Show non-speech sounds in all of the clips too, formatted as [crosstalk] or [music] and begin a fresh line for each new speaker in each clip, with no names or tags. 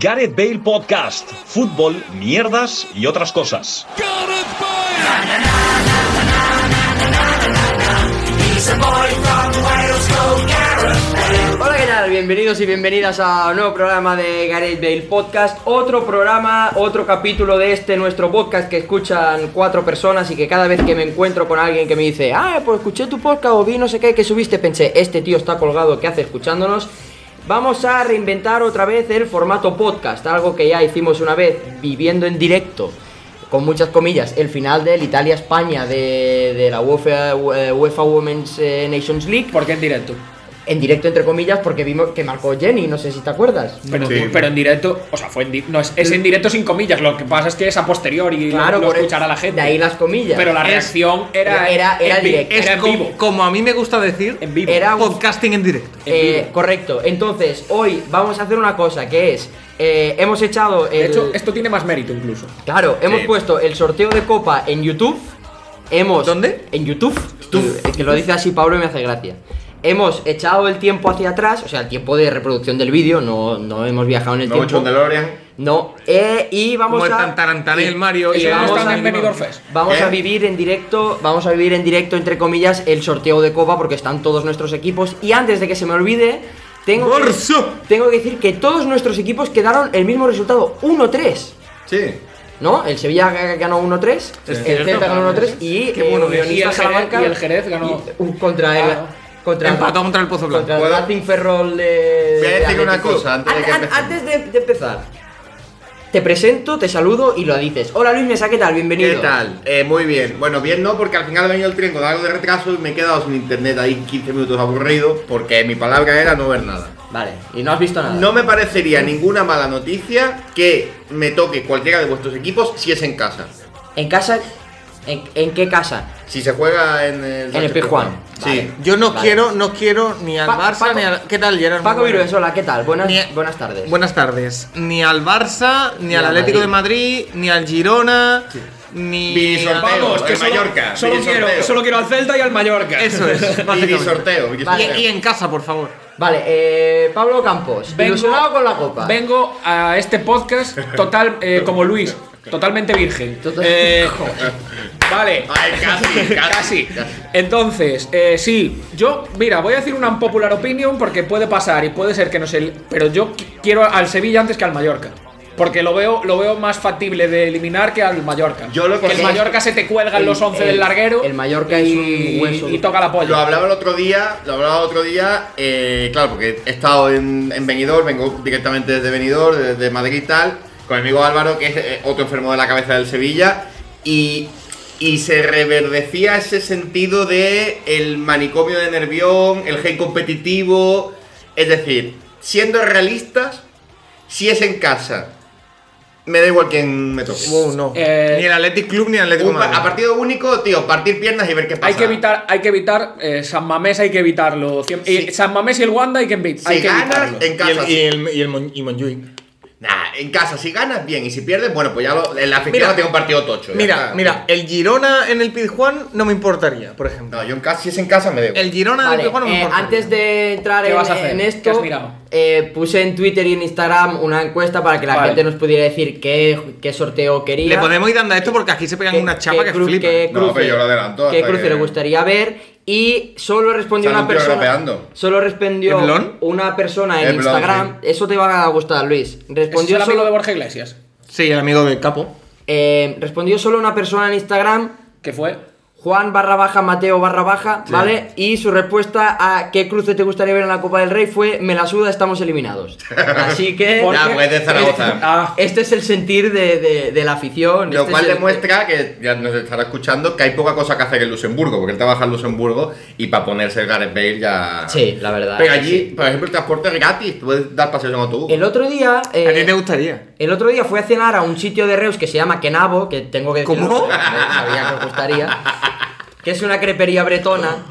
Gareth Bale Podcast, fútbol, mierdas y otras cosas.
Hola, ¿qué tal? Bienvenidos y bienvenidas a un nuevo programa de Gareth Bale Podcast. Otro programa, otro capítulo de este nuestro podcast que escuchan cuatro personas y que cada vez que me encuentro con alguien que me dice, ah, pues escuché tu podcast o vi no sé qué que subiste, pensé, este tío está colgado, ¿qué hace escuchándonos? Vamos a reinventar otra vez el formato podcast, algo que ya hicimos una vez viviendo en directo con muchas comillas, el final del Italia-España de, de la UEFA, UEFA Women's eh, Nations League.
¿Por qué en directo?
En directo, entre comillas, porque vimos que marcó Jenny, no sé si te acuerdas.
Pero, pero en directo, o sea, fue en di- no, es, es en directo sin comillas, lo que pasa es que es a posterior y lo- lo,
por el-
escuchará la gente.
De ahí las comillas.
Pero la
Es-
reacción era,
Era- era
en vi-
directa.
era en
como,
vivo.
como a mí me gusta decir,
En vivo.
Era un-
podcasting en directo.
Eh,
en vivo.
correcto. Entonces, hoy vamos a hacer una cosa que es. eh, hemos echado. El,
De hecho, esto tiene más mérito incluso.
Claro, hemos
Sí.
puesto el sorteo de copa en YouTube. Hemos,
¿Dónde?
En YouTube. Es que lo dice así Pablo y me hace gracia. Hemos echado el tiempo hacia atrás, o sea, el tiempo de reproducción del vídeo, no, no hemos viajado en el
No he
tiempo.
hecho un DeLorean.
No, eh, y vamos
Como el
a.
Tantarantán y el Mario
y
y
Eso no
vamos
está
a-
en Benidorm Fest.
Vamos
¿Eh?
a vivir en directo, vamos a vivir en directo entre comillas el sorteo de copa porque están todos nuestros equipos y antes de que se me olvide, tengo que,
Barça.
tengo que decir que todos nuestros equipos quedaron el mismo resultado, 1-3.
Sí.
¿No? El Sevilla g- ganó 1-3,
Es
el
cierto,
Celta ganó 1-3 y
Qué bueno
el
que es.
Unionistas
Y el Jerez-
Salamanca
y el Jerez ganó.
y- uh, contra el
Claro.
contra el-
Empató contra el Pozo Blanco.
contra el
¿Puedo?
Racing Ferrol de
Voy a
de
decir una
Athletic Club.
cosa antes de que
An- an-
empecemos.
antes de- de empezar. Te presento, te saludo y lo dices. Hola Luis Mesa, ¿qué tal? Bienvenido.
¿Qué tal? Eh, muy bien. Bueno, bien no, porque al final ha venido el tren con algo de retraso y me he quedado sin internet ahí 15 minutos aburrido, porque mi palabra era no ver nada.
Vale, y no has visto nada.
No me parecería ninguna mala noticia que me toque cualquiera de vuestros equipos si es en casa.
¿En casa? ¿En, en qué casa?
Si se juega en el.
En el Pejuán.
Sí.
Vale.
Yo no
Vale.
quiero, no quiero ni al
Pa-
Barça
Paco-
ni al ¿Qué tal, Gerard?
Paco
Muy buenas.
Virués, hola, ¿qué tal? Buenas,
Ni-
buenas tardes.
Buenas tardes. Ni al Barça, ni,
Ni
al
al
Atlético de Madrid, ni al Girona,
Vi
ni
sorteo.
Vamos.
Vamos, el Mallorca,
Solo
el
quiero,
sorteo.
solo quiero al Celta y al Mallorca.
Eso es, [laughs]
Y
básicamente.
sorteo.
Y, y en casa, por favor.
Vale, eh, Pablo Campos, [laughs]
Vengo-
ilusionado con la copa.
Vengo a este podcast total, eh, como Luis, totalmente virgen.
Total-
Eh, vale.
Ay, casi,
Casi.
[laughs] casi.
Entonces, eh, sí, yo, mira, voy a decir una popular opinion porque puede pasar y puede ser que no se. Pero yo qui- quiero al Sevilla antes que al Mallorca. Porque lo veo, lo veo más factible de eliminar que al Mallorca.
Yo lo
que el
porque-
Mallorca se te cuelga en
el-
los 11
el-
del larguero.
el Mallorca es
y,
un hueso.
y toca la polla.
Lo hablaba el otro día, lo hablaba el otro día, eh, claro, porque he estado en, en Benidorm, vengo directamente desde Benidorm, desde Madrid y tal, con mi amigo Álvaro, que es eh, otro enfermo de la cabeza del Sevilla, y, y se reverdecía ese sentido de el manicomio de Nervión, el gen competitivo, es decir, siendo realistas, si es en casa, me da igual quién me toque.
Wow, no.
Eh,
ni el Atlético Club ni el Atlético
Un pa-
de Madrid.
a partido único, tío, partir piernas y ver qué pasa.
Hay que evitar, hay que evitar eh, San Mamés, hay que evitarlo. Cien- y
Sí.
San Mamés y el Wanda hay que, evi- hay
Si
que
ganas,
evitarlo.
en casa.
y el, y el, y el Mon- y Monjuic.
Nah, en casa, si ganas bien y si pierdes, bueno, pues ya lo, en la afición
Mira,
no tengo un partido tocho. ya
Mira,
está.
mira, el Girona en el Pizjuán no me importaría, por ejemplo.
No, yo en casa, si es en casa me debo.
El Girona en el
Vale,
Pizjuán no me
eh,
importaría.
antes de entrar
¿Qué
en,
vas a hacer?
en
¿Qué has
esto,
mirado?
eh, puse en Twitter y en Instagram una encuesta para que la
Vale.
gente nos pudiera decir qué, qué sorteo quería.
Le podemos ir dando a esto porque aquí se pegan
qué-
una chapa
qué
que,
cru-
flipa.
qué
No, pero
cruce-
yo lo adelanto
qué
hasta
cruce
que-
le gustaría ver? Y solo respondió
Sale
una
un tío
persona.
rapeando.
Solo respondió
¿El Blon?
una persona en
El Blon,
Instagram. Eso te va a gustar, Luis.
¿Ese es
Respondió
el amigo
solo,
de Borja Iglesias.
Sí, el amigo del capo.
eh, respondió solo una persona en Instagram.
Que fue.
Juan barra baja, Mateo barra baja, ¿vale? Y su respuesta a qué cruce te gustaría ver en la Copa del Rey fue me la suda, estamos
[laughs]
eliminados. Así que.
Porque-
Ya, pues, de Zaragoza.
Ah,
Este es el sentir de, de- de la afición.
Lo
este
cual
es el-
demuestra que ya nos estará escuchando que hay poca cosa que hacer en Luxemburgo, porque él trabaja en Luxemburgo y para ponerse el Gareth Bale ya.
Sí, la verdad.
Pero
sí,
allí, por ejemplo, el transporte es gratis, puedes dar paseos en autobús.
El otro día. eh,
¿A ti te gustaría?
El otro día fui a cenar a un sitio de Reus que se llama Kenabo, que tengo que decirlo,
¿Cómo?
porque me- sabía que os gustaría. Que es una crepería bretona.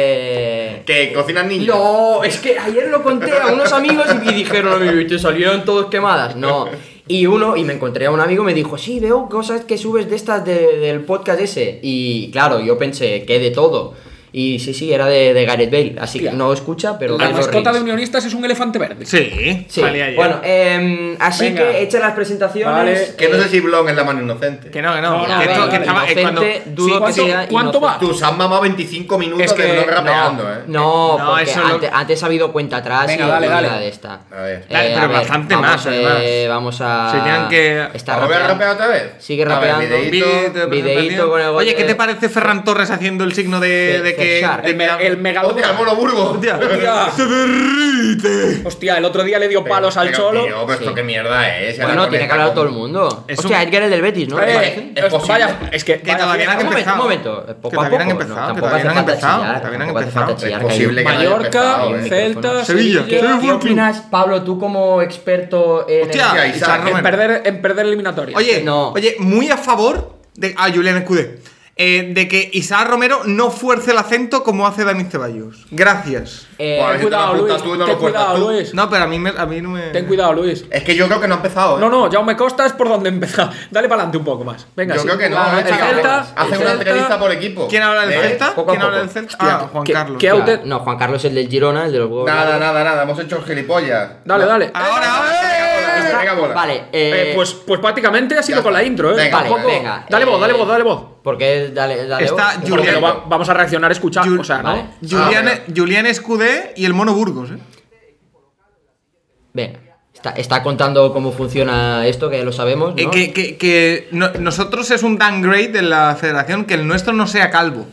Eh,
Que cocinan niños.
No, es que ayer lo conté a unos amigos y me dijeron, "Amigo, y te salieron todos quemadas. No. Y uno, y me encontré a un amigo, me dijo, sí, veo cosas que subes de estas de- del podcast ese. Y claro, yo pensé, que de todo. Y sí, sí, era de, de Gareth Bale. Así
Tía.
que no escucha, pero.
La
ve los
mascota de
reels.
Unionistas es un elefante verde.
Sí.
Sí.
Salía ayer.
Bueno, em, así
Venga.
que hecha las presentaciones.
Vale.
Que no
eh,
sé si Blon es la mano inocente.
Que no, que no.
No, no,
que
vale,
esto- que
vale.
estaba-
eh,
es cuando-
Inocente, dudo
Sí,
que
¿cuánto-
sea
cuánto va?
Tú, se han mamado 25 minutos
Es que-
de Blon rapeando,
no,
¿eh?
No,
No,
porque
eso lo-
antes, antes ha habido cuenta atrás
Venga,
y
dale,
una
dale.
de esta.
A ver.
Dale, pero bastante
vamos,
más, además.
eh, vamos a.
Se tienen que-
Está
¿Volver a
rapeando.
rapear otra vez?
Sigue
A ver,
rapeando.
videíto.
Videíto,
Videíto con el
Oye,
golpe.
¿qué te parece?
Parece Ferran Torres haciendo el signo de,
Sí,
de
Fer
que.
Sharp.
de-
El, me- el megalodón.
¡Hostia, el mono burgo!
Hostia. Hostia, el otro día le dio palos al
Pero,
cholo.
tío, pero esto
Sí.
qué mierda es. Ahora
Bueno,
con
tiene que
esta
hablar
con-
todo el mundo.
Es
Hostia,
un-
Edgar es del Betis, ¿no?
Eh,
Es
es-
posible.
vaya, es que,
Que
vaya
todavía
fiesta.
no
un momento,
empezado.
un momento. eh, Poco
Que
a
también han
poco,
empezado, que
¿no? Tampoco hace
también han
falta
empezado,
chillar.
también han
tampoco hace falta
empezado.
chillar,
Es
que hay
posible que-
Mallorca,
Hay un micrófono.
Celta,
Sevilla.
Sevilla.
¿Qué,
Sevilla.
qué opinas, Pablo, tú como experto en.
Hostia,
Hostia,
el-
Isaac,
Isaac
En
Romero.
perder, en perder eliminatoria.
Oye,
No.
oye, muy a favor de. Ah, Julián Escudé. eh, de que Isaac Romero no fuerce el acento como hace Dani Ceballos. Gracias.
Eh,
Buah,
ten cuidado,
pues, Te lo
Luis.
apuntas tú y no lo
Ten
cuentas
cuidado,
tú.
Luis.
No, pero a mí, me- a mí no me.
Ten cuidado, Luis.
Es que yo creo que no ha empezado, ¿eh?
No, no, Jaume Costa es por donde empezar. [laughs] Dale para adelante un poco más. Venga,
Yo
sí.
creo que no,
Ah,
¿eh,
el
chaval?
Celta,
Hace
el
una
Celta.
entrevista por equipo.
¿Quién habla del
¿Eh?
Celta?
poco a
¿Quién habla
poco.
del Celta?
Hostia,
Ah, Juan
¿qué-
Carlos.
qué-
claro.
Usted-
No, Juan Carlos es del Girona, el de los huevos.
Nada, nada, nada. Hemos hecho gilipollas.
Dale,
No. Ah,
dale.
Eh,
Ahora, ahora.
Venga, venga, bola.
Vale, eh,
Eh, pues, pues prácticamente ha sido
ya
con la
está.
intro, ¿eh?
Venga,
Tampoco-
vale,
venga,
dale voz,
eh,
dale voz, dale voz.
Porque dale, dale.
Está
vos.
Porque
Julián.
lo va- vamos a reaccionar escuchando,
Jul-
o sea, ¿no?
Vale.
Julián, E-,
Ah, bueno.
Julián Escudé y el mono Burgos, ¿eh?
Venga. Está, está contando cómo funciona esto, que ya lo sabemos. ¿no?
Eh, que que- que no- nosotros es un downgrade de la federación que el nuestro no sea calvo.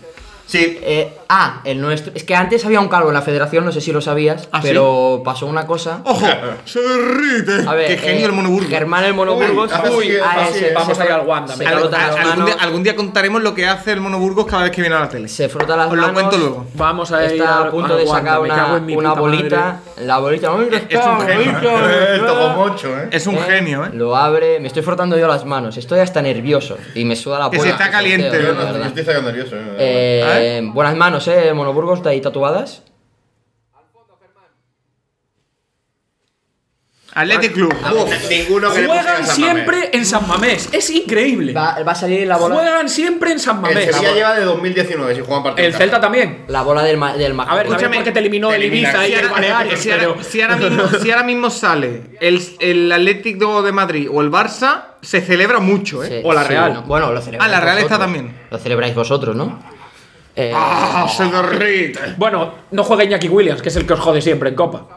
Sí.
Eh, ah, el nuestro. Es que antes había un calvo en la federación, no sé si lo sabías,
¿Ah, sí?
pero pasó una cosa.
¡Ojo! ¡Se derrite!
A ver,
¡Qué genio
eh,
el mono Burgos!
Germán el Monoburgos.
Uy, así es, así es.
Vamos a ir al Wanda,
Se
venga.
Algún,
frota las
a- algún
manos.
día, algún día contaremos lo que hace el mono Burgos cada vez que viene a la tele.
Se frota las
Os lo
manos.
cuento luego.
Vamos a ir
Está
al-
a punto
al
de
Wanda,
sacar
me cago
una,
en mi
una
puta
bolita.
madre.
La bolita. ¡Ay, qué
Es un genio.
bonita!
[laughs] Esto con ocho, ¿eh?
Es un
Eh,
genio, ¿eh?
Lo abre, me estoy frotando yo las manos, estoy hasta nervioso y me suda la
Que
polla.
si está caliente,
Teo,
Yo
la
no
verdad.
yo estoy sacando nervioso. ¿eh?
Eh,
¿Ah?
Buenas manos, eh, Monoburgos, de ahí tatuadas.
Athletic Club.
Ninguno que le
Juegan
pusiera San
siempre en San Mamés. Es increíble.
Va, va a salir la bola.
Juegan siempre en San
Mamés.
Mamés.
El Sevilla lleva de 2019 si juegan partidos.
El Celta también.
La bola del, ma- del
A ver,
Maccabi.
escúchame, porque te eliminó
te
el Ibiza
eliminan.
y
Si
el
ahora-
[laughs]
Baleares,
Si ahora,
pero-
si ahora [laughs] mismo, si ahora mismo sale el, el Atlético de Madrid o el Barça, se celebra mucho,
Sí,
¿eh?
o la
sí,
Real.
no, bueno, lo celebráis.
Ah, la Real
vosotros.
está también.
Lo celebráis vosotros, ¿no? Eh,
¡Ah, se derrite!
Bueno, no juega Iñaki Williams, que es el que os jode siempre en Copa.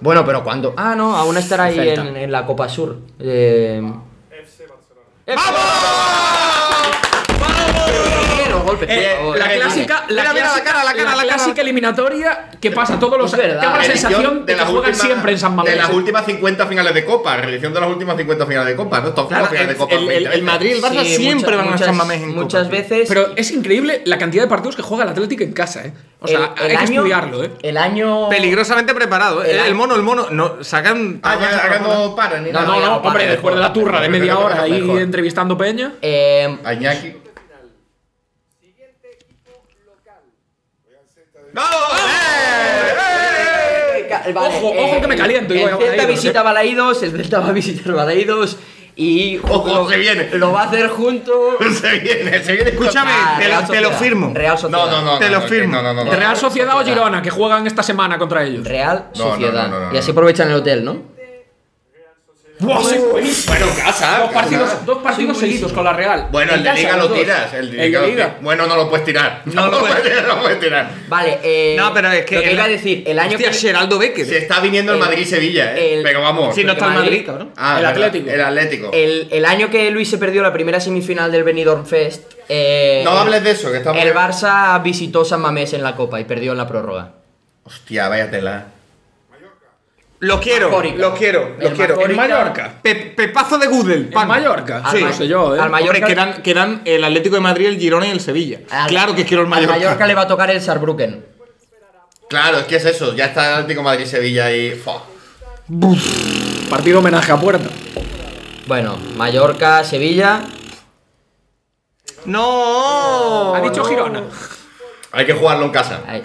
Bueno, pero cuando. Ah, no, aún estará ahí
Celta.
en, en la Copa Sur. Eh... ¡Vamos! ¡Vamos! golpes, por
Eh,
favor.
la
eh,
clásica,
mira,
la
mira, la
clásica-
cara, la cara, la cara.
clásica eliminatoria que pasa todos los
Es verdad.
años. Tengo la
Edición
sensación de que
las
juegan
últimas-
siempre en San
De
Mamés.
las últimas 50 finales de Copa. Reedición de las últimas 50 finales de Copa. No Estos
Claro,
finales de
el-
Copa.
el- el-
¿eh?
el Madrid y el Barça
Sí,
siempre
muchas-
van a
muchas-
San Mamés en Copa,
Muchas
tío.
veces.
Pero es increíble la cantidad de partidos que juega el Atlético en casa, ¿eh? O sea, hay que estudiarlo, ¿eh?
El año.
Peligrosamente preparado, ¿eh?
El-
El, mono, el mono. No, sacan.
Ah, ya, ahora no paran ni
No,
nada.
No,
ya
no,
lo para,
hombre, después de la turra de media
Mejor,
hora ahí
mejor.
entrevistando Peña.
Eh,
A Iñaki. [laughs]
¡Eh!
¡Eh!
vale, eh,
Ojo, ojo que me caliento,
El
digo,
Celta
Balaidos,
visita Balaidos, el Celta va a visitar Balaidos y.
Ojo,
lo-
que viene.
Lo va a hacer junto.
Se viene, se viene.
Escúchame,
Ah,
te,
Real
lo, te lo
Sociedad.
firmo.
Real
No,
Sociedad.
no, no.
Te
no,
lo
no,
firmo.
No, no, no.
Real Sociedad o Girona, que juegan esta semana contra ellos.
Real
No, no,
Sociedad.
no, no, no,
y así
no.
aprovechan el hotel, ¿no?
Buah, sí,
Bueno, casa.
Dos
casa.
partidos, dos partidos seguidos con la Real.
Bueno, el
En
de
casa,
Liga
los
lo
dos.
tiras. El de
El
Liga.
de
lo
Liga.
tiras. Bueno, no lo puedes tirar. [laughs] No lo puedes tirar. No lo puedes tirar.
Vale, eh.
No, pero es que
Lo que
el-
iba a decir, el año
Hostia,
que.
Geraldo Becker.
Se está viniendo el
El-
Madrid-Sevilla, ¿eh?
el-
Pero vamos.
Si no
porque
está el
Madrid-
Madrid, cabrón.
Ah,
El
verdad,
Atlético.
El Atlético.
El, el año que Luis se perdió la primera semifinal del Benidorm Fest. eh,
No
el-
hables de eso, que estamos.
El Barça visitó San Mamés en la Copa y perdió en la prórroga.
Hostia, vaya tela.
Lo quiero,
Macórica.
lo quiero, lo
El
quiero.
Macórica.
En Mallorca.
Pe- pepazo de Google.
En Mallorca.
Al
Sí,
Ma-
no sé yo, ¿eh?
al Ma- Mallorca-
Hombre, quedan, quedan el Atlético de Madrid, el Girona y el Sevilla.
Al-
claro que quiero el
al
Mallorca.
Mallorca le va a tocar el Saarbrücken.
Claro, es que es eso. Ya está el Atlético Madrid-Sevilla y. Fua.
Partido homenaje a Puerta.
Bueno, Mallorca, Sevilla.
No.
ha dicho Girona.
Hay que jugarlo en casa.
Ahí,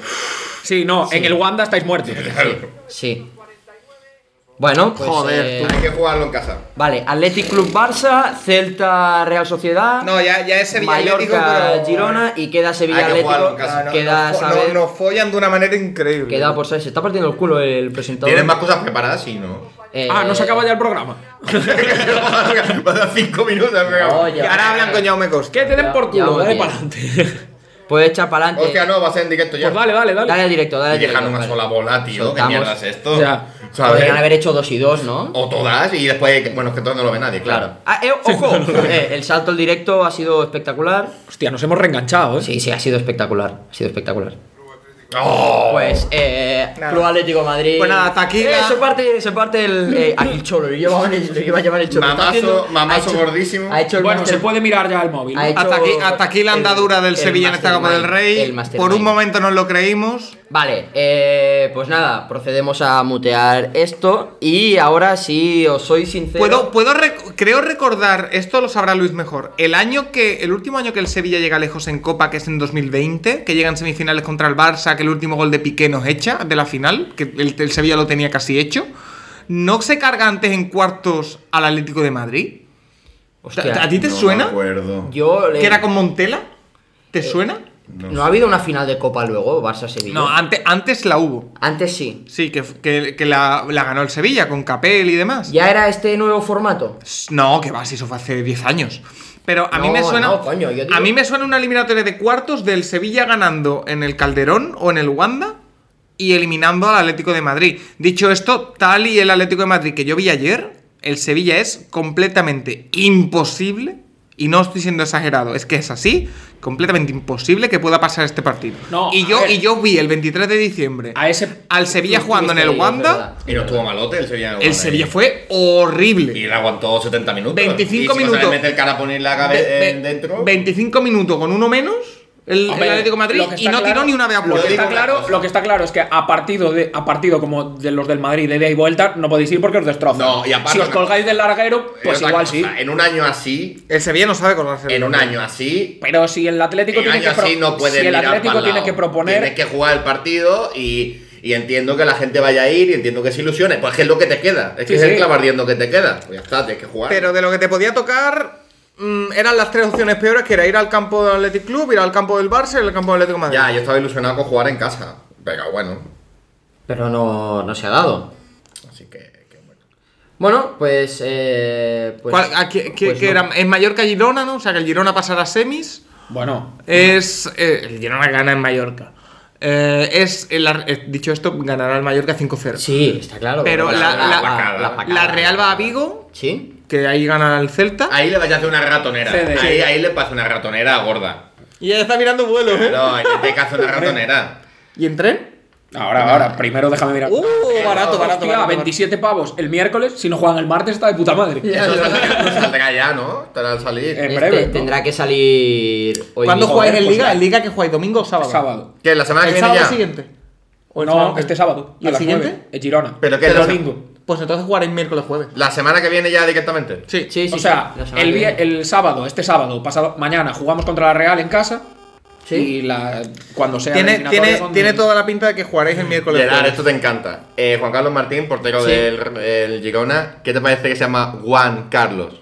Sí, no, en el Wanda estáis muertos.
sí. Bueno, pues,
Joder,
eh,
Hay que jugarlo en casa.
Vale, Athletic Club Barça, Celta Real Sociedad.
No, ya, ya es Sevilla Atlético,
Mallorca
pero-
Girona y queda Sevilla
Hay que
Atlético.
jugarlo en casa.
Ah, no,
queda,
no, fo-
¿sabes?
no- nos follan de una manera increíble.
Queda por ser. Se está partiendo el culo el presentador.
¿Tienes más cosas preparadas? Sí, ¿no? [laughs]
Eh,
Ah, no se acaba ya el programa.
Va a dar 5 minutos. pero-
Oye.
Y ahora hablan con Jaume Costa.
Que te den
Ya-
por
ya
culo,
voy
dale
bien.
para adelante.
Pues echa para adelante.
Hostia, no, va a ser en directo ya.
Pues dale, dale, dale.
Dale al directo, dale
Y
al directo.
dejan una
vale.
sola bola, tío.
Soltamos.
¿Qué mierda es esto?
Ya.
¿Sabes?
Podrían haber hecho dos y dos, ¿no?
O todas y después, bueno, es que todo no lo ve nadie, claro.
Ah, eh,
[laughs]
ojo, Eh, el salto al directo ha sido espectacular.
Hostia, nos hemos reenganchado, ¿eh?
Sí, sí, ha sido espectacular. Ha sido espectacular.
¡Oh!
Pues, eh,
Nada.
Club Atlético Madrid.
Pues nada, hasta aquí
Eh,
la-
se parte, se parte el.
[laughs]
eh, ay, el cholo, lo llevaban el- lo iba a llamar el cholo.
Mamazo-
Está haciendo-
mamazo
ha hecho-
gordísimo.
Ha hecho el
Bueno,
master-
se puede mirar ya el móvil. ¿no?
ha hecho
Hasta aquí, hasta aquí la
el-
andadura del
el
Sevilla en esta Copa del
mastermind,
Rey.
el mastermind.
Por un momento nos lo creímos.
Vale, eh, pues nada, procedemos a mutear esto. Y ahora, si os soy sincero.
Puedo, puedo rec- creo recordar, esto lo sabrá Luis mejor. El año que, el último año que el Sevilla llega lejos en Copa, que es en 2020, que llegan semifinales contra el Barça, que el último gol de Piqué nos echa de la final, que el, el Sevilla lo tenía casi hecho. ¿No se carga antes en cuartos al Atlético de Madrid?
Hostia,
¿A ti te
No me
suena?
acuerdo.
Yo le-
¿Que era con Montela? ¿Te suena?
No, ha habido una final de Copa luego, Barça-Sevilla.
No, antes, antes la hubo.
Antes sí.
Sí, que, que- que la, la ganó el Sevilla con Capel y demás.
¿Ya era este nuevo formato?
No, que va, si eso fue hace 10 años. Pero a mí
No,
me suena.
no, coño, yo digo-
A mí me suena una eliminatoria de cuartos del Sevilla ganando en el Calderón o en el Wanda y eliminando al Atlético de Madrid. Dicho esto, tal y el Atlético de Madrid que yo vi ayer, el Sevilla es completamente imposible. Y no estoy siendo exagerado, es que es así, completamente imposible que pueda pasar este partido.
No,
y
a
yo
ver.
y yo vi el 23 de diciembre
A ese.
al Sevilla
Tú
jugando en el
estuviste ahí, es
Wanda.
verdad.
Y no estuvo malote el Sevilla.
El
en Wanda,
Sevilla
¿eh?
fue
Y
horrible.
le aguantó 70 minutos.
25
y si
minutos.
Se le mete el cara a poner la cabeza
Ve- ve-
dentro.
25 minutos con uno menos el, el
Hombre,
Atlético de Madrid
lo que
y
está
no
claro-
tiró ni una vez a
Lo
Lo
puerta.
que,
digo
está
una
claro,
cosa.
lo que está claro es que a partido, de, a partido como de los del Madrid de ida y vuelta no podéis ir porque os destrozan.
No, y aparte
si os
una
colgáis del larguero,
Es
pues
otra
igual
cosa,
sí.
En un año así,
El Sevilla no sabe colgarse.
en un año así.
Pero si el Atlético
En un
tiene
eh, año
que, pro-
así no puedes
si el
mirar
Atlético
pa'l
tiene
lado.
que proponer
Tienes que jugar el partido y, y entiendo que la gente vaya a ir y entiendo que se ilusione. Pues es que es lo que te queda. Es
Sí,
que es
sí.
el clavardiendo que te queda. Pues ya está, tienes que jugar.
Pero de lo que te podía tocar mm, eran las tres opciones peores que era ir al campo del Athletic Club, ir al campo del Barça y ir al campo del Atlético de Madrid.
Ya, yo estaba ilusionado con jugar en casa. Pero bueno,
Pero no, no se ha dado.
así que. que bueno.
Bueno, pues. Eh, pues
¿Cuál- a qué- qué-
pues
qué
no.
era? Es Mallorca Girona, ¿no? O sea que el Girona pasará a semis.
Bueno,
Es. eh, el Girona gana en Mallorca. Eh, es el Ar- eh, dicho esto, ganará el Mallorca 5-0.
Sí, está claro.
Pero la- la-
la
La Real va a Vigo,
Sí.
que ahí gana el Celta.
Ahí le vas a hacer una ratonera.
Cede.
Ahí, ahí le pasa una ratonera gorda.
Y ya está mirando vuelos, ¿eh?
No, en este caso una ratonera.
¿Y en tren?
ahora, ahora, primero déjame mirar.
¡Uh! Barato, barato,
eh, Hostia,
barato, barato.
27 pavos el miércoles, si no juegan el martes está de puta madre.
Eso saldrá, saldrá ya, ¿no? Estará al salir.
En breve,
Este
¿no?
Tendrá que salir hoy.
¿Cuándo
mismo.
jugáis
Joder,
en
pues
Liga?
ya.
¿En Liga que jugáis? ¿Domingo o sábado?
Sábado.
¿Qué? ¿La semana Ah, que
¿El
viene
sábado
ya?
siguiente? ¿O el
No,
sábado que-
este sábado.
Pues ¿Y el siguiente?
En Girona.
¿Pero qué?
El
¿La se-
domingo.
Pues entonces jugaréis miércoles jueves.
¿La semana que viene ya directamente?
Sí.
Sí, sí,
o
sí,
sea,
la semana
el,
que
vie-
viene.
el sábado, este sábado, pasado, mañana jugamos contra la Real en casa.
Sí.
Y la, cuando sea.
Tiene,
eliminatoria
tiene,
con-
tiene toda la pinta de que jugaréis el miércoles
Gerard,
jueves.
esto te encanta. Eh, Juan Carlos Martín, portero
Sí.
del el Girona, ¿qué te parece que se llama Juan Carlos?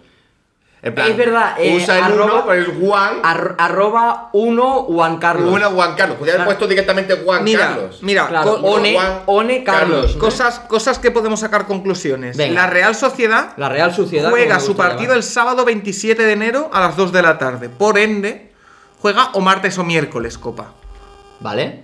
En
Es verdad, eh,
usa el
arroba-
uno, pero el Juan.
Ar- arroba 1 Juan Carlos.
Una Juan Carlos. Podría haber
Claro.
puesto directamente Juan
Mira,
Carlos.
mira,
Claro,
co-
One,
Juan
One Carlos.
Carlos.
cosas, cosas que podemos sacar conclusiones.
Venga.
La Real Sociedad
La Real Sociedad. como
juega
me
su
gusta
partido el
llamar.
sábado 27 de enero a las 2 de la tarde. Por ende, juega o martes o miércoles, Copa.
Vale.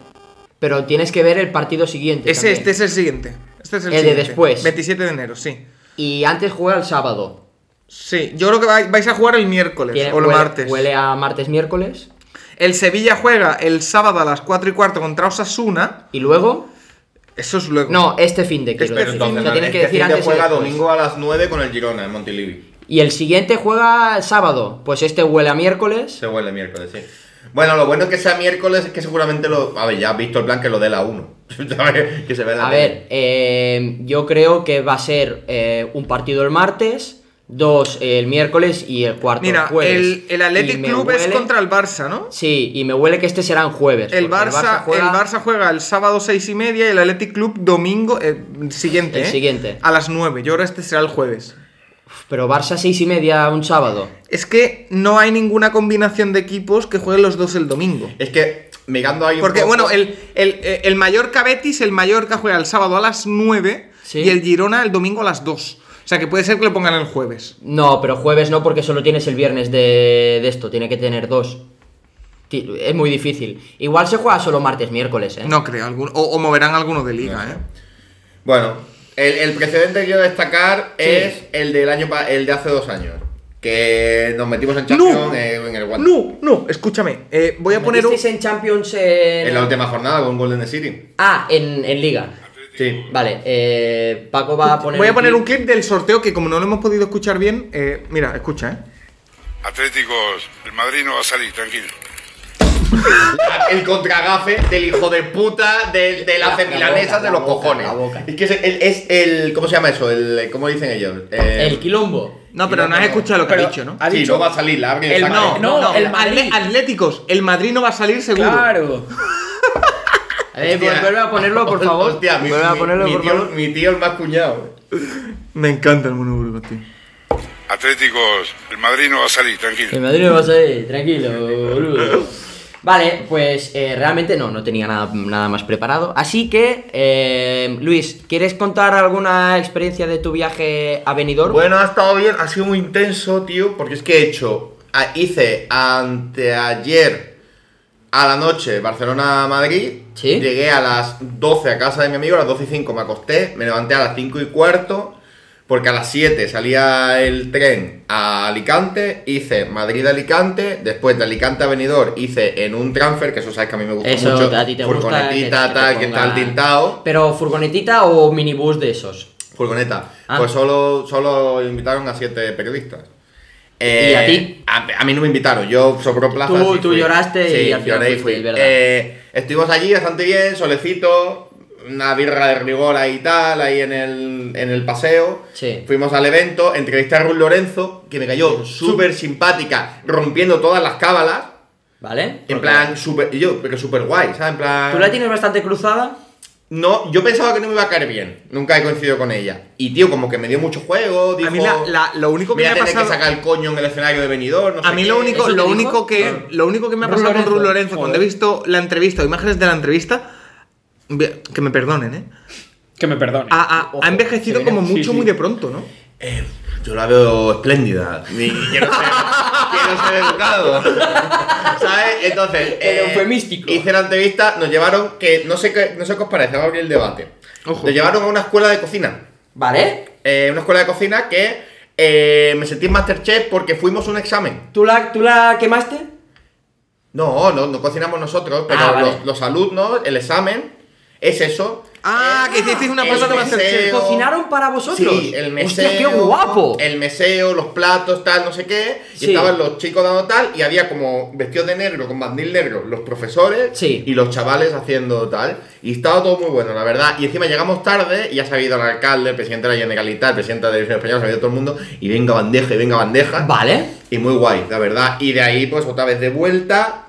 Pero tienes que ver el partido siguiente.
Ese,
también.
este es el siguiente. Este es el,
El de
siguiente.
después.
27 de enero, sí.
Y antes juega el sábado.
Sí, yo creo que vai- vais a jugar el miércoles
Tiene-
Pues, o el
huele-
martes.
Huele a martes, miércoles.
El Sevilla juega el sábado a las 4 y cuarto contra Osasuna.
Y luego.
Eso es luego.
No, este fin de quiero
Pero
decir.
entonces,
O sea,
no,
tienen que
este
decir
fin de
antes y
juega
después.
domingo a las 9 con el Girona en Montilivi.
Y el siguiente juega sábado. Pues este huele a miércoles.
Se vuelve miércoles, sí. Bueno, lo bueno que sea miércoles es que seguramente lo. A ver, ya has visto el plan que lo dé la 1. [laughs] ¿Sabes? que se ve en la
A
tele.
ver, eh, yo creo que va a ser eh, un partido el martes. dos eh, el miércoles y el cuarto
Mira,
el jueves.
el, el Athletic
Y me
Club es
huele-
contra el Barça, ¿no?
Sí, y me huele que este será en jueves.
El
porque
Barça, el,
juega-
Barça juega el sábado seis y media y el Athletic Club domingo eh, siguiente.
El
¿eh?
siguiente.
A las 9. Yo ahora este será el jueves.
Pero Barça seis y media un sábado.
Es que no hay ninguna combinación de equipos que jueguen los dos el domingo.
Es que mirando ahí. un
Porque,
poco-
bueno, el, el, eh, el Mallorca Betis, el Mallorca juega el sábado a las 9
Sí.
y el Girona el domingo a las 2. O sea que puede ser que lo pongan el jueves.
No, pero jueves no porque solo tienes el viernes de, de esto, tiene que tener dos. Ti- Es muy difícil. Igual se juega solo martes, miércoles, ¿eh?
No creo, algún- o, o moverán alguno de liga, ¿eh?
Bueno, el, el precedente que quiero destacar
Sí.
es el del año pa- el de hace dos años. Que nos metimos en Champions eh, en el guante.
no, no, escúchame. eh, voy a poner un.
Metisteis en Champions en...
En la última jornada con Golden City.
Ah, en, en Liga.
Sí.
Vale, eh, Paco va a poner...
Voy a
el
poner
clip.
un clip del sorteo que, como no lo hemos podido escuchar bien, eh, mira, escucha, ¿eh?
Atléticos, el Madrid no va a salir, tranquilo.
El contragafe del hijo de puta de, de la
La-
fe
la
milanesa
boca,
de
la
los
boca,
cojones.
la boca.
Es que es el, es el- ¿Cómo se llama eso? El, ¿Cómo dicen ellos? Eh,
El quilombo.
No, pero no has escuchado lo que ha dicho, ¿no?
ha
sí,
dicho-
no va a salir la abren y
El,
sacan.
no,
no,
no,
el
atle-
Madrid.
Atléticos, el Madrid no va a salir seguro.
Claro.
A ver,
Hostia.
Eh, vuelve a ponerlo, por favor.
Hostia, mi,
vuelve a
mi-
ponerlo,
mi
por
tío,
favor.
mi tío el más cuñado.
Me encanta el monoburgo, tío.
Atléticos, el Madrid no va a salir, tranquilo.
En Madrid vas a ir, tranquilo, boludo. Vale, pues eh, realmente no, no tenía nada, nada más preparado. Así que, eh, Luis, ¿quieres contar alguna experiencia de tu viaje a Benidorm?
Bueno, ha estado bien, ha sido muy intenso, tío, porque es que he hecho, a- hice anteayer a la noche Barcelona-Madrid,
Sí.
llegué a las 12 a casa de mi amigo, a las 12 y 5 me acosté, me levanté a las 5 y cuarto, porque a las 7 salía el tren a Alicante, hice Madrid-Alicante, después de Alicante a Benidorm hice en un transfer, que eso sabes que a mí me gusta
Eso
mucho,
a ti te gusta.
furgonetita,
te
tal, que
ponga-
tal, tintado.
Pero furgonetita o minibús de esos.
Furgoneta.
Ah.
Pues solo, solo invitaron a siete periodistas. Eh,
¿Y a ti?
A, a mí no me invitaron, yo sobró plaza.
Tú-
sí
tú
fui.
lloraste
Sí,
y al final
lloré
fuiste,
fui.
es verdad.
Eh, estuvimos allí bastante bien, solecito, una birra de rigor ahí y tal, ahí en el, en el paseo.
Sí.
Fuimos al evento, entrevisté a Ruth Lorenzo, que me cayó súper simpática, rompiendo todas las cábalas.
¿Vale?
En plan, súper. y Yo, pero súper guay, ¿sabes? En plan.
¿Tú la tienes bastante cruzada?
No, yo pensaba que no me iba a caer bien. Nunca he coincidido con ella. Y tío, como que me dio mucho juego. Dijo,
A mí la- la- lo único que
voy a
me ha
tener
pasado-
que sacar el coño en el escenario de Benidorm. no
A
sé
mí
qué".
lo único,
¿Eso te
lo
dijo?
único que
Claro.
lo único que me ha
Ru
pasado con
Lorenzo.
Ruth Lorenzo cuando he
Joder.
visto la entrevista o imágenes de la entrevista, ve- que me perdonen, ¿eh?
Que me perdone.
Ha, ha- ha
Ojo,
envejecido
se ve-
como
sí,
mucho
sí.
muy de pronto, ¿no?
Eh, yo la veo espléndida. Ni- quiero, ser, quiero ser educado. [laughs] ¿Sabes? Entonces. eh,
Pero fue místico.
Hice la entrevista, nos llevaron. que No sé qué, no sé qué os parece, vamos a abrir el debate.
Ojo.
Nos llevaron a una escuela de cocina.
¿Vale?
Eh, una escuela de cocina que eh, me sentí en Masterchef porque fuimos a un examen.
¿Tú la, ¿Tú la quemaste?
No, no, no cocinamos nosotros, pero
Ah, vale.
los, los alumnos, el examen, es eso.
Ah, que hicisteis una cosa de
el
Masterchef.
meseo-
¿Cocinaron para vosotros?
Sí, el meseo.
Hostia, qué guapo.
El meseo, los platos, tal, no sé qué.
Sí.
Y estaban los chicos dando tal, y había como vestidos de negro, con bandil negro, los profesores
Sí.
y los chavales haciendo tal. Y estaba todo muy bueno, la verdad. Y encima llegamos tarde, y ya se había ido el alcalde, el presidente de la Generalitat, el presidente de la Televisión Española, se había ido todo el mundo, y venga bandeja, y venga bandeja.
Vale.
Y muy guay, la verdad. Y de ahí, pues otra vez de vuelta.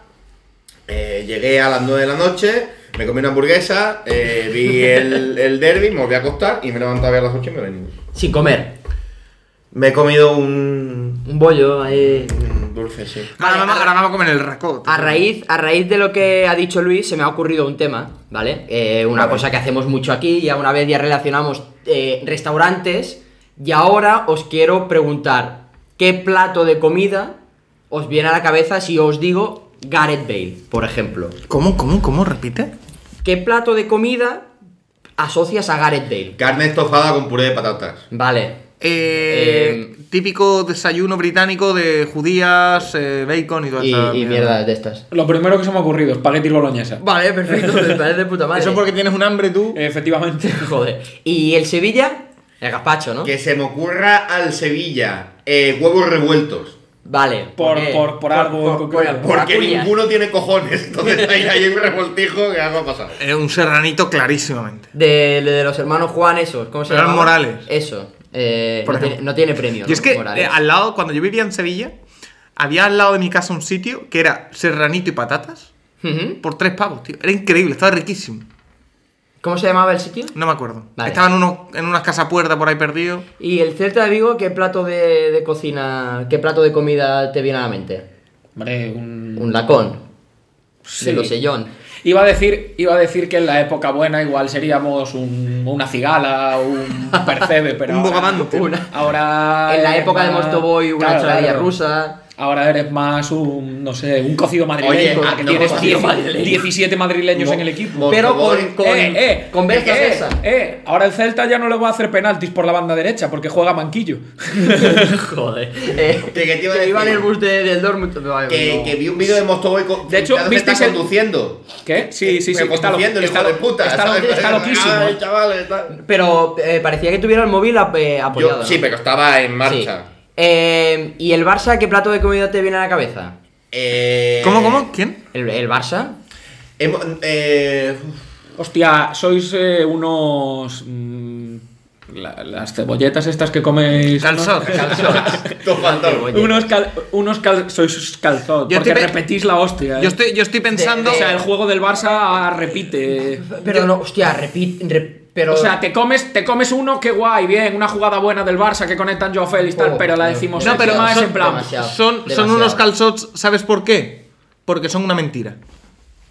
eh, llegué a las 9 de la noche, me comí una hamburguesa, eh, [laughs] vi el, el derby, me volví a acostar y me levanté a ver las 8 y me vení.
Sin comer.
Me he comido un,
Un bollo ahí.
un dulce, sí.
Ahora,
Vale,
vamos,
a- Ah.
ahora vamos a comer el racot.
A raíz, a raíz de lo que ha dicho Luis, se me ha ocurrido un tema, ¿vale? Eh, una
Vale.
cosa que hacemos mucho aquí, ya una vez ya relacionamos eh, restaurantes, y ahora os quiero preguntar, ¿qué plato de comida os viene a la cabeza si os digo Gareth Bale, por ejemplo?
¿Cómo, cómo, cómo? ¿Repite?
¿Qué plato de comida asocias a Gareth Bale?
Carne estofada con puré de patatas.
Vale,
Eh, típico desayuno británico de judías, eh, bacon y toda
y,
esa
y mierda de estas.
Lo primero que se me ha ocurrido, espagueti boloñesa.
Vale, perfecto, me parece de puta madre.
Eso porque tienes un hambre tú.
Eh.
Efectivamente.
Joder. ¿Y el Sevilla? El gazpacho, ¿no?
Que se me ocurra al Sevilla eh, huevos revueltos.
Vale.
Por-
qué?
por- por algo en concreto.
por
Porque
Acuña.
ninguno tiene cojones. Entonces ahí hay un revoltijo que algo ha pasado.
Eh, un serranito clarísimamente.
De, de los hermanos Juan, esos. ¿Cómo se
Eran
llama?
Morales.
Eso. eh,
Por
no, tiene,
ejemplo.
no tiene premio.
Y es
¿no?
que
Morales.
eh, al lado, cuando yo vivía en Sevilla, había al lado de mi casa un sitio que era serranito y patatas
Ujú.
por tres pavos, tío. Era increíble, estaba riquísimo.
¿Cómo se llamaba el sitio?
No me acuerdo.
Vale.
Estaban unos, en unas casapuertas por ahí perdidos.
Y el Celta de Vigo, ¿qué plato de, de cocina, qué plato de comida te viene a la mente?
Hombre, un.
Un lacón,
sí.
de losellón.
Iba a, decir, iba a decir que en la época buena igual seríamos un- una cigala, un percebe,
[laughs]
pero.
Un
ahora-
bogavante.
Una-
Ahora.
En la
eres
época de
más-
Mostoboy, una
Claro,
ensaladilla
claro.
rusa.
Ahora eres más un, no sé, un cocido madrileño.
Oye, ah,
que
no,
tienes
cocido
10
madrileño.
17 madrileños
Mo-
en el equipo.
mo-
Pero con,
Mostoboy.
con,
eh, eh,
con
eh,
Berta
eh,
Sesa.
[laughs] eh, ahora el Celta ya no le va a hacer penaltis por la banda derecha porque juega manquillo.
Joder. Eh,
[laughs] Que- que te iba a
que iba en
decir.
el bus de- del Dortmund. Vale,
Que,
no.
que vi un vídeo de Mostoboy co-
De hecho,
que
¿visteis
está
el-
conduciendo.
[laughs] ¿Qué? Sí, sí, sí.
Pero
Está, lo,
conduciendo, el
está
pues, hijo
lo-
de puta.
está lo-
¿sabes?
está loquísimo. ¿eh?
Ay, chavales, tal.
Pero eh, parecía que tuviera el móvil ap- eh,
Yo-
apoyado. ¿no?
Sí, pero estaba en
Sí.
marcha.
Eh, ¿Y el Barça qué plato de comida te viene a la cabeza?
Eh,
¿Cómo, cómo? ¿Quién?
¿El, el Barça?
hemos- eh, uf,
Hostia, sois eh, unos. mm, la- las cebolletas estas que coméis. ¿no?
[laughs] Calzot.
todo faltón.
Oye.
[laughs] Unos, cal- unos cal- sois calzot.
Yo
porque
estoy pe-
repetís la hostia. ¿eh?
Yo estoy, yo estoy pensando.
O sea, el juego del Barça ah, repite.
Pero no, hostia, repite. pero...
O sea, te comes, te comes uno, qué guay, bien, una jugada buena del Barça que conectan Joao Félix, tal,
Oh,
pero la
Dios.
decimos
No, pero
más
son-
en plan.
demasiado.
son, son
Demasiado.
unos calzots, ¿sabes por qué? Porque son una mentira.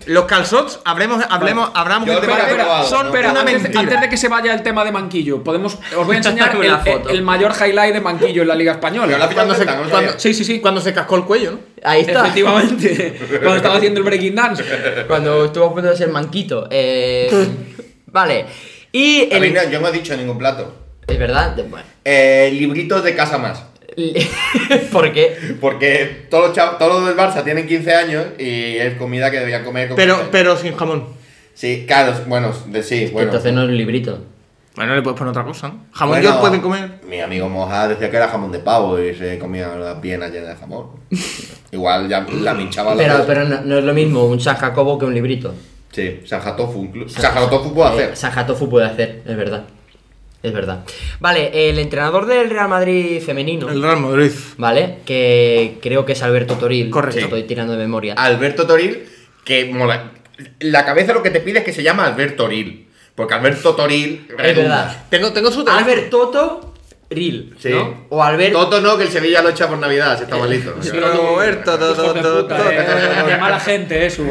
Los calzots, habremos, hablemos, hablamos
Yo
de
te
Espera,
Vale,
espera,
probado,
son,
¿no?
espera,
Una
antes,
mentira.
antes de que se vaya el tema de Manquillo, podemos, os voy a enseñar el,
Una foto.
el mayor highlight de Manquillo en la Liga Española.
Pero la final
Cuando se-
está, ¿cómo
cuando-
sabía?
Sí, sí, sí.
Cuando se cascó el cuello, ¿no?
Ahí está.
Efectivamente, cuando estaba haciendo el breaking dance.
Cuando estuvo a punto de ser manquito.
[laughs]
Eh, vale. Y
A mí no,
el...
yo no he dicho ningún plato.
Es verdad. [laughs] de- Bueno.
Eh, libritos de casa más.
¿Por qué?
Porque todos los, chav- todos los del Barça tienen 15 años y es comida que debían comer. con
Pero,
15 años.
pero sin jamón.
Sí, claro, bueno, de sí, bueno.
Entonces no es un librito.
Bueno, le puedes poner otra cosa, ¿no? Jamón
Bueno,
yo pueden comer.
Mi amigo Moja decía que era jamón de pavo y se comía las piernas llenas de
[laughs]
jamón. Igual ya la pinchaba la
Pero,
cosa.
pero no, no es lo mismo un San Jacobo que un librito.
Sí, Sanja Tofu. inclu- Sanja Tofu puedo hacer.
Eh, San Jatofu puede hacer, es verdad. Es verdad. Vale, el entrenador del Real Madrid femenino,
El Real Madrid.
¿vale? Que creo que es Alberto Toril.
Correcto.
Estoy tirando de memoria.
Alberto Toril, que mola. La cabeza lo que te pide es que se llama Alberto Toril. Porque Alberto Toril.
verdad.
Tengo, tengo su teléfono.
Albert Toto Ril,
Sí.
¿no? O Albert...
Toto no, que el Sevilla lo echa por Navidad, si está malito.
Roberto, to-
Hijos de
to-
puta,
to-
eh, de mala gente eso.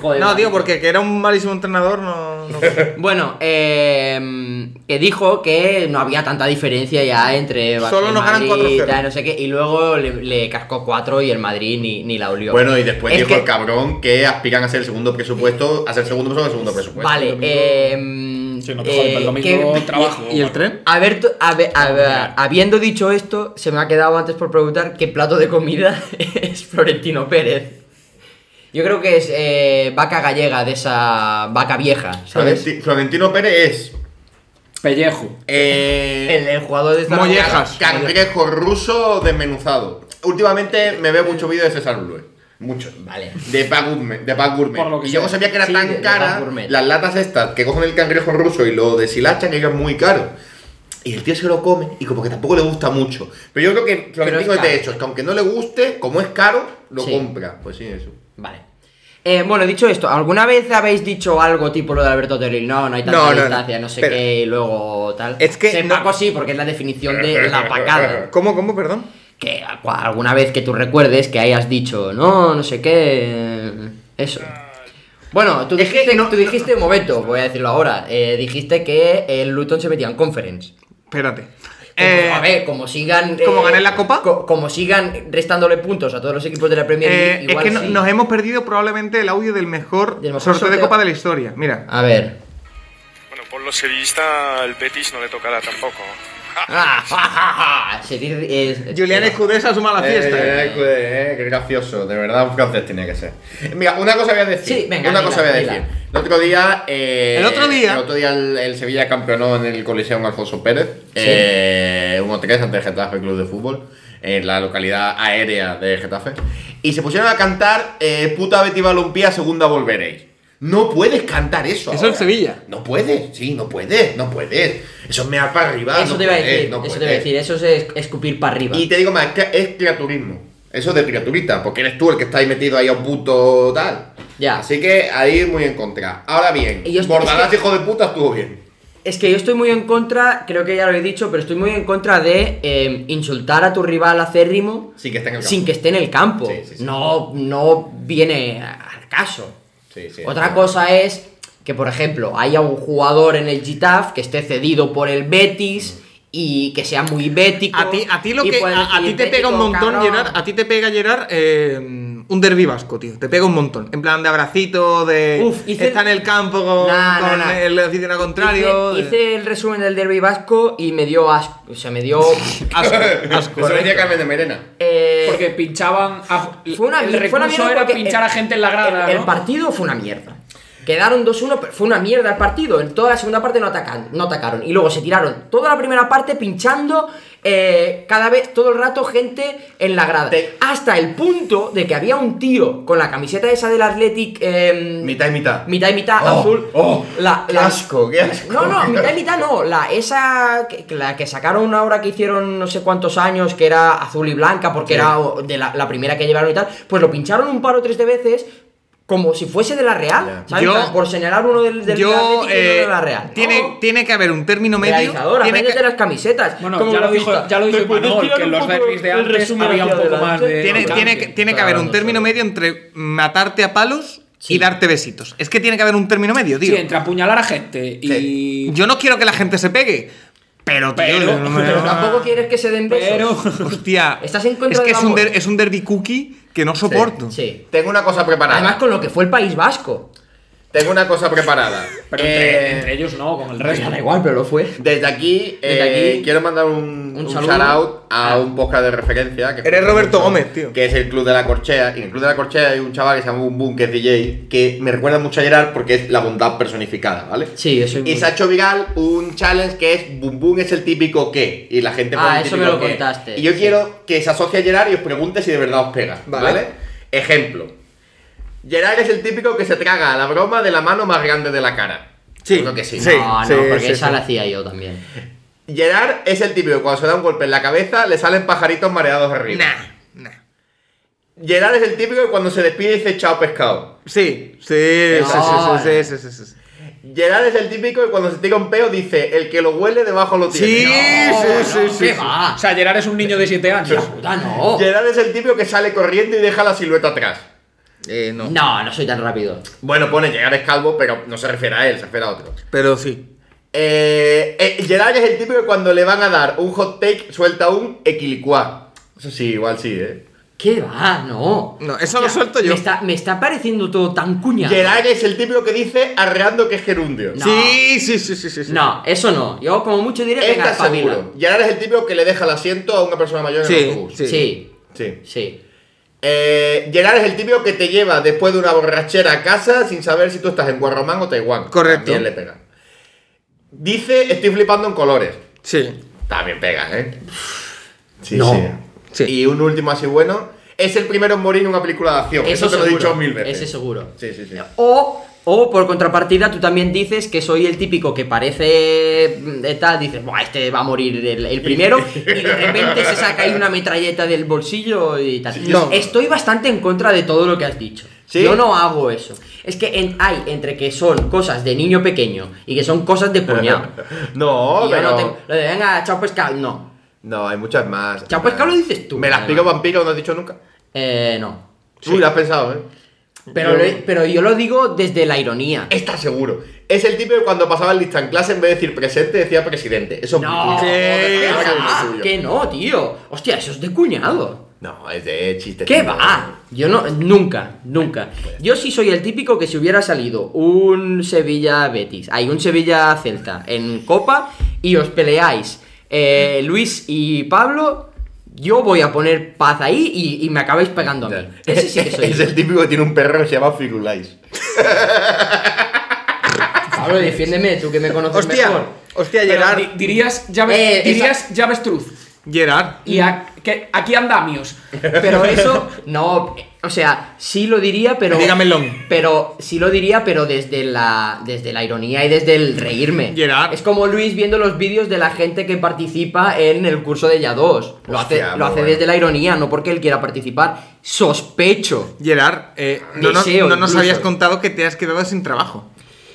Joder,
No,
vale.
tío, porque que era un malísimo entrenador, no. [laughs] no-
Bueno, eh, que dijo que no había tanta diferencia ya entre Barça
Solo
y
nos ganan
Madrid,
4-0.
tal, no sé qué, y luego le, le cascó 4 y el Madrid ni, ni la olió.
Bueno, y después
Es
dijo
que-
el cabrón que aspiran a ser el segundo presupuesto, a ser segundo presupuesto, el segundo presupuesto.
Vale,
domingo-
eh,
Sí, no te jodes, pero el
eh,
domingo
que-
trabajo.
¿Y el tren?
Haber to- habe- hab- habiendo dicho esto, se me ha quedado antes por preguntar qué plato de comida [laughs] es Florentino Pérez. Yo creo que es eh, vaca gallega, de esa vaca vieja, ¿sabes?
Florenti- Florentino Pérez es.
Pellejo.
Eh,
El, el jugador de esta
Mollejas.
cangrejo ruso desmenuzado. Últimamente me veo muchos vídeos de César Lulue. Muchos.
Vale.
De Pack Gourmet. De Pack Gourmet.
Por lo que
y yo no
sea.
sabía que era
Sí, de-
tan
de Pack
cara.
Gourmet.
Las latas estas que cogen el cangrejo ruso y lo deshilachan, que es muy caro. Y el tío se lo come y como que tampoco le gusta mucho. Pero yo creo que Florentino
es
es
caro.
de hecho, que aunque no le guste, como es caro, lo
Sí.
compra. Pues sí, eso.
Vale. Eh, bueno, dicho esto, ¿alguna vez habéis dicho algo tipo lo de Alberto Toril? No, no hay tanta
No, no, no.
distancia, no, sé
Espera.
qué, y luego tal.
Es que
Sé
no-
Paco sí, porque es la definición de
[laughs]
la pacada.
¿Cómo, cómo, perdón?
que a- cua- alguna vez que tú recuerdes que hayas dicho, no, no sé qué, eso. Bueno, tú dijiste, tú dijiste un momento, voy a decirlo ahora, eh, dijiste que el Luton se metía en conference.
Espérate.
Como-
Eh,
pues, a ver, como sigan... eh,
¿cómo gané la copa?
co- como sigan restándole puntos a todos los equipos de la Premier League,
eh, es
igual
que no-
sí.
nos hemos perdido probablemente el audio del mejor,
Del mejor
sorteo, de
sorteo.
copa de la historia. Mira.
A ver.
Bueno, por los sevillista el Betis no le tocará
[laughs]
tampoco.
Ah, ja, ja, ja. Se dice- es-
Julián Escudés asuma la fiesta.
Eh, eh, eh, eh, qué gracioso, de verdad un francés tenía que ser. Mira, una cosa voy a decir.
Sí, venga,
una
dila,
cosa voy a
dila.
decir. El otro día. eh,
El otro día-
El otro día el, el Sevilla campeonó en el Coliseum Alfonso Pérez. eh, 1-3 ante el Getafe Club de Fútbol. En la localidad aérea de Getafe. Y se pusieron a cantar eh, Puta Betty Balompié, a segunda volveréis. No puedes cantar eso.
Eso en
ahora.
Sevilla.
No puedes, sí, no puedes, no puedes. Eso es mear para arriba.
eso
no
te iba a
puedes,
decir,
no
eso te iba a
puedes.
decir, eso es es- escupir para arriba.
Y te digo más, que es criaturismo. Eso es de criaturita, porque eres tú el que está ahí metido ahí a un puto tal.
Ya.
Así que ahí muy en contra. Ahora bien,
Y yo estoy-
Bordalás,
es que-
hijo de puta, estuvo bien.
Es que yo estoy muy en contra, creo que ya lo he dicho, pero estoy muy en contra de eh, insultar a tu rival acérrimo
Sin que esté en el campo.
sin que esté en el campo.
Sí, sí, sí.
No, no viene a- al caso.
Sí, sí,
Otra
sí.
cosa es que, por ejemplo, haya un jugador en el Gitaf que esté cedido por el
Mm.
Betis y que sea muy bético.
A ti, a ti lo
y
que.
puedes
A, a ti
decir,
te pega un
"Bético,
montón,
cabrón".
Gerard. A ti te pega, Gerard, eh, un derbi vasco, tío. Te pega un montón. En plan de abracito, de.
Uf, hice-
está en el campo con,
Nah, nah,
con
nah.
el aficionado contrario.
Hice,
de-
hice el resumen del derby vasco y me dio asco. O sea, me
[laughs]
dio. [laughs]
Asco, asco.
Eso venía Carmen de Merena.
eh,
Porque pinchaban. A,
fue una,
el
mier- fue una
recurso
mierda
era
porque
pinchar
el-
a gente en la grada.
El, el
¿no?
partido fue una mierda. Quedaron 2-1, pero fue una mierda el partido. En toda la segunda parte no atacaron, no atacaron. Y luego se tiraron toda la primera parte pinchando eh, cada vez, todo el rato, gente en la grada.
Te-
Hasta el punto de que había un tío con la camiseta esa del Athletic. eh,
Mitad y mitad.
Mitad y mitad,
Oh,
azul.
oh,
la,
qué
la-
asco, qué asco.
No, no, mitad y mitad no. La, esa que, que la que sacaron ahora que hicieron no sé cuántos años, que era azul y blanca, porque era o, de la, la primera que llevaron y tal, pues lo pincharon un par o tres de veces. Como si fuese de la Real,
Ya.
¿sabes?
Yo-
En plan, por señalar uno del, del
Yo.
Atlético y uno
eh,
de la Real.
tiene,
No,
tiene que haber un término medio.
realizador,
tiene
apréndete
que-
las camisetas.
Bueno,
como
ya lo, dijo,
grafista.
ya lo dijo
¿Me puedes
Imanol,
tirar
que
un
en los
poco
derbis de
el
antes
resumen
había un
hacia
poco más
adelante?
de.
Tiene,
Claro,
tiene
sí.
que, tiene que haber un término medio entre matarte a palos
Sí.
y darte besitos. Es que tiene que haber un término medio, tío.
Sí, entre apuñalar a gente y.
Yo no quiero que la gente se pegue, pero, tío,
Pero-
no me-
Pero tampoco quieres que se den besos.
Pero.
Hostia,
Estás en contra
es que
del
es un,
amor.
der- es un derby cookie que no soporto.
Sí.
Tengo una cosa preparada.
Además, con lo que fue el País Vasco.
Tengo una cosa preparada.
Pero entre,
Eh,
entre ellos no, con el
Pero ya
resto.
da igual, pero lo fue.
Desde aquí,
Desde
eh,
aquí,
quiero mandar un,
un
un
saludo. Ah.
shout-out a un podcast de referencia. Que
Eres Roberto Gómez, tío.
Que es el Club de la Corchea. Y en el Club de la Corchea hay un chaval que se llama Boom Boom, que es DJ, que me recuerda mucho a Gerard porque es la bondad personificada, ¿vale?
Sí, eso es
Y
muy-
se ha hecho viral un challenge que es Boom Boom es el típico qué. Y la gente
Ah,
pone el
eso
típico
me lo
qué.
contaste,
Y yo
sí.
quiero que se asocie a Gerard y os pregunte si de verdad os pega.
Vale.
¿Vale? Ejemplo. Gerard es el típico que se traga la broma de la mano más grande de la cara.
Sí,
Yo creo que sí.
sí.
no, no, porque
sí,
esa
sí.
la hacía yo también.
Gerard es el típico que cuando se da un golpe en la cabeza le salen pajaritos mareados arriba.
Nah, nah.
Gerard es el típico que cuando se despide dice chao pescado.
Sí, sí, sí,
No,
sí, sí, sí, sí, sí, sí.
Gerard es el típico que cuando se tira un peo dice el que lo huele debajo lo tiene.
Sí, sí, sí, sí,
Oh, ¿Qué
sí.
va?
O sea, Gerard es un niño de 7 años.
Puta, no.
Gerard es el típico que sale corriendo y deja la silueta atrás.
Eh, no.
No, no soy tan rápido.
Bueno, pone Gerard es calvo, pero no se refiere a él, se refiere a otro.
Pero sí.
Eh, eh, Gerard es el típico que cuando le van a dar un hot take suelta un equilicuá. Eso sí, igual sí, eh.
¿Qué va? No.
No, eso lo suelto yo.
Me está, me está pareciendo todo tan cuñado.
Gerard es el típico que dice arreando que es gerundio.
No.
Sí, sí, sí, sí, sí. sí.
No, eso no. Yo como mucho diré que
Está seguro. Gerard es el típico que le deja el asiento a una persona mayor en
Sí,
el autobús.
sí.
Sí. sí,
Sí. Eh, Gerard es el típico que te lleva después de una borrachera a casa sin saber si tú estás en Guarromán o Taiwán.
Correcto.
También le pega. Dice, estoy flipando en colores.
Sí.
También pega, ¿eh? Sí,
No.
Sí.
Y un último así bueno. Es el primero en morir en una película de acción. Eso, te lo he
seguro,
dicho mil veces.
Ese seguro.
Sí, sí, sí.
O, o por contrapartida, tú también dices que soy el típico que parece mm, de tal, dices, Buah, este va a morir el,
[laughs]
el primero, y de repente se saca ahí una metralleta del bolsillo y tal.
No.
Estoy bastante en contra de todo lo que has dicho.
¿Sí?
Yo no hago eso. Es que en- hay entre que son cosas de niño pequeño y que son cosas de
[laughs]
cuñado.
No,
Y yo
Oh, pero...
no tengo- lo de venga, chao pescado, no.
No, hay muchas más.
Chao pescado lo pues, dices tú.
Me las pico vampiro, no has dicho nunca.
Eh, no.
Tú lo has pensado, ¿eh?
Pero,
Yo-
lo- pero yo lo digo desde la ironía.
Está seguro. Es el tipo que cuando pasaba el lista en clase, en vez de decir presente, decía presidente. Eso es
No,
muy-
joder,
Ahora que viene
ah,
suyo.
que no, tío. Hostia, eso es de cuñado.
No, es de chiste.
¿Qué
tío.
va? Yo no, nunca, nunca. Yo sí soy el típico que si hubiera salido un Sevilla Betis, hay un Sevilla Celta en Copa y os peleáis eh, Luis y Pablo, yo voy a poner paz ahí y, y me acabáis pegando a mí. Ese sí que soy.
[laughs] es
yo.
el típico que tiene un perro que se llama Firulais.
Pablo, defiéndeme, tú que me conoces
Hostia,
mejor.
hostia,
Pero
Gerard.
di- dirías llave,
Eh,
dirías llave Struz.
Gerard.
Y a- que aquí andamios.
[laughs]
Pero eso, no, o sea, sí lo diría, pero.
Dígame el long.
Pero sí lo diría, pero desde la, desde la ironía y desde el reírme.
Gerard.
Es como Luis viendo los vídeos de la gente que participa en el curso de Ya 2. Lo hace,
Hostia, muy
lo hace
bueno.
desde la ironía, no porque él quiera participar. Sospecho.
Gerard, eh, no, nos-
Deseo
no nos
incluso.
habías contado que te has quedado sin trabajo.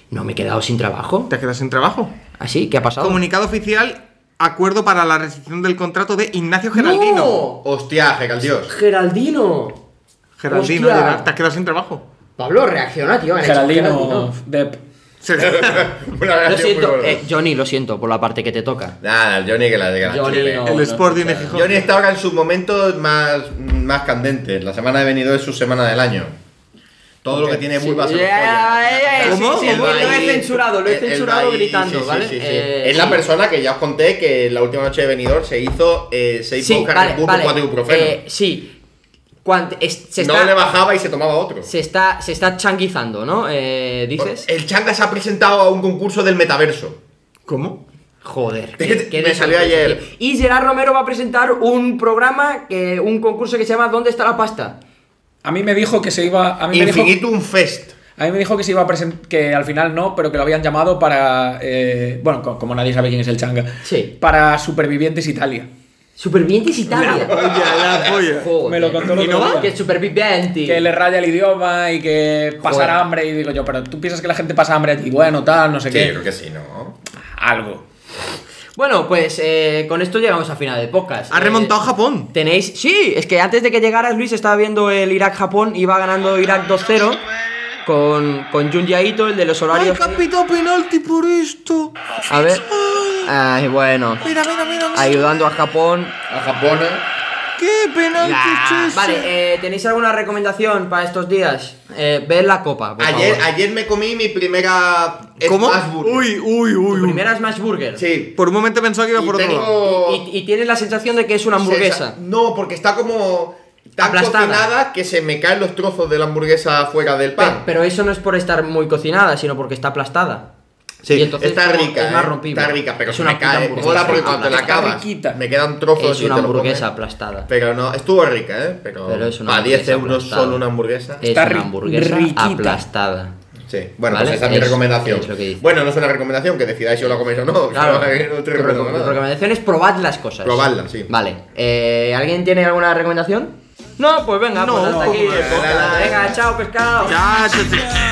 No me he quedado sin trabajo.
¿Te has quedado sin trabajo?
¿Así? ¿Qué ha pasado?
Comunicado oficial, acuerdo para la rescisión del contrato de Ignacio Geraldino.
¡No!
Hostia, Geraldios.
¡Geraldino!
Geraldino,
Hostia.
Gerard, te has quedado sin trabajo.
Pablo, reacciona, tío. han hecho
[laughs]
Geraldino, Depp.
[laughs]
Se-
Una
Lo
relación muy
siento,
gorda.
eh, Johnny, lo siento por la parte que te toca.
Nada, el Johnny que la de que la
Johnny
chile.
no.
el Sporting de Gijón.
Johnny está ahora en sus momentos más, más candentes. La semana de venido es su semana del año. Todo lo que tiene
Sí,
vulva se lo
ya,
folla.
ya, ya,
¿Cómo?
sí, sí,
El
lo he
baile,
censurado, lo he
el- el
censurado
baile,
gritando,
sí, sí,
¿vale?
sí, sí.
Eh,
es la
sí.
persona que ya os conté que la última noche de venidor se hizo eh, seis
Sí,
vodkas
vale,
Red Bull
vale.
con cuatro ibuprofeno.
Eh, sí. Cuant- es- se,
No
está,
le bajaba y se tomaba otro.
se, está, se está changuizando, ¿no? Eh, ¿Dices?
El Changa se ha presentado a un concurso del metaverso.
¿Cómo?
[laughs]
Joder,
Te-
qué- qué
me salió
desastre,
ayer.
tío. Y Gerard Romero va a presentar un programa, que, un concurso que se llama ¿Dónde está la pasta?
A mí me dijo que se iba. A mí me dijo,
Infinitum Fest.
a mí me dijo que se iba a presentar. Que al final no, pero que lo habían llamado para. eh, bueno, co- como nadie sabe quién es el Changa.
Sí.
Para Supervivientes Italia.
Supervivientes Italia.
Polla,
[laughs]
la polla.
Joder.
Me lo contó el
¿Y
otro
no?
día.
Que supervivientes.
Que le raya el idioma y que pasar
Joder.
hambre. Y digo yo, pero tú piensas que la gente pasa hambre aquí. Bueno, tal, no sé
Sí,
qué.
yo creo que sí, ¿no?
Algo.
Bueno, pues eh, con esto llegamos al final del podcast.
Ha
Eh,
remontado Japón.
Tenéis. Sí, es que antes de que llegaras, Luis estaba viendo el Irak-Japón, iba ganando Irak 2-0 con, con Junji Aito, el de los
¡Ay,
horarios.
capitán penalti por esto!
A ver. Ay, bueno.
Mira, mira, mira. mira.
Ayudando a Japón.
A Japón. ¿eh?
¡Qué penalti
Ya.
es ese!
Vale, eh, ¿tenéis alguna recomendación para estos días? Eh, ver la copa. Por
Ayer,
favor.
ayer me comí mi primera
¿Cómo?
Strasbourg.
Uy, uy, uy,
Tu
uy.
primera Smash Burger.
Sí.
Por un momento pensaba que iba
Y
por otro
tengo-
lado.
Y, y tienes la sensación de que es una hamburguesa.
Se- no, porque está como tan
Aplastada.
cocinada que se me caen los trozos de la hamburguesa fuera del
Pe-
pan.
Pero eso no es por estar muy cocinada, sino porque está aplastada.
Sí,
y entonces
está
es como-
rica,
es más
eh,
rompible.
está rica, pero
Es
se
una
me
puta
cae
hamburguesa.
ahora porque cuando te la
Está
acabas
riquita.
me quedan trozos
Es
y
una
te lo
hamburguesa
comes.
aplastada.
Pero no, estuvo rica, ¿eh? Pero,
Pero es una
para 10
hamburguesa
euros
aplastada. Eh,
solo una hamburguesa.
Es
Está
una
ri-
hamburguesa
riquita.
aplastada.
Sí, bueno,
¿Vale?
pues esa es,
Es-
mi recomendación.
es lo que dice.
Bueno, no es una recomendación, que decidáis si os la coméis o no. [laughs]
Claro,
no
tu
te recomiendo
reco- tu
nada.
recomendación es probad las cosas.
Probadlas, sí.
Vale. eh, ¿Alguien tiene alguna recomendación? No, pues venga, pues hasta aquí.
pues nada.
Venga, chao, pescado.
Ya, ya, ya.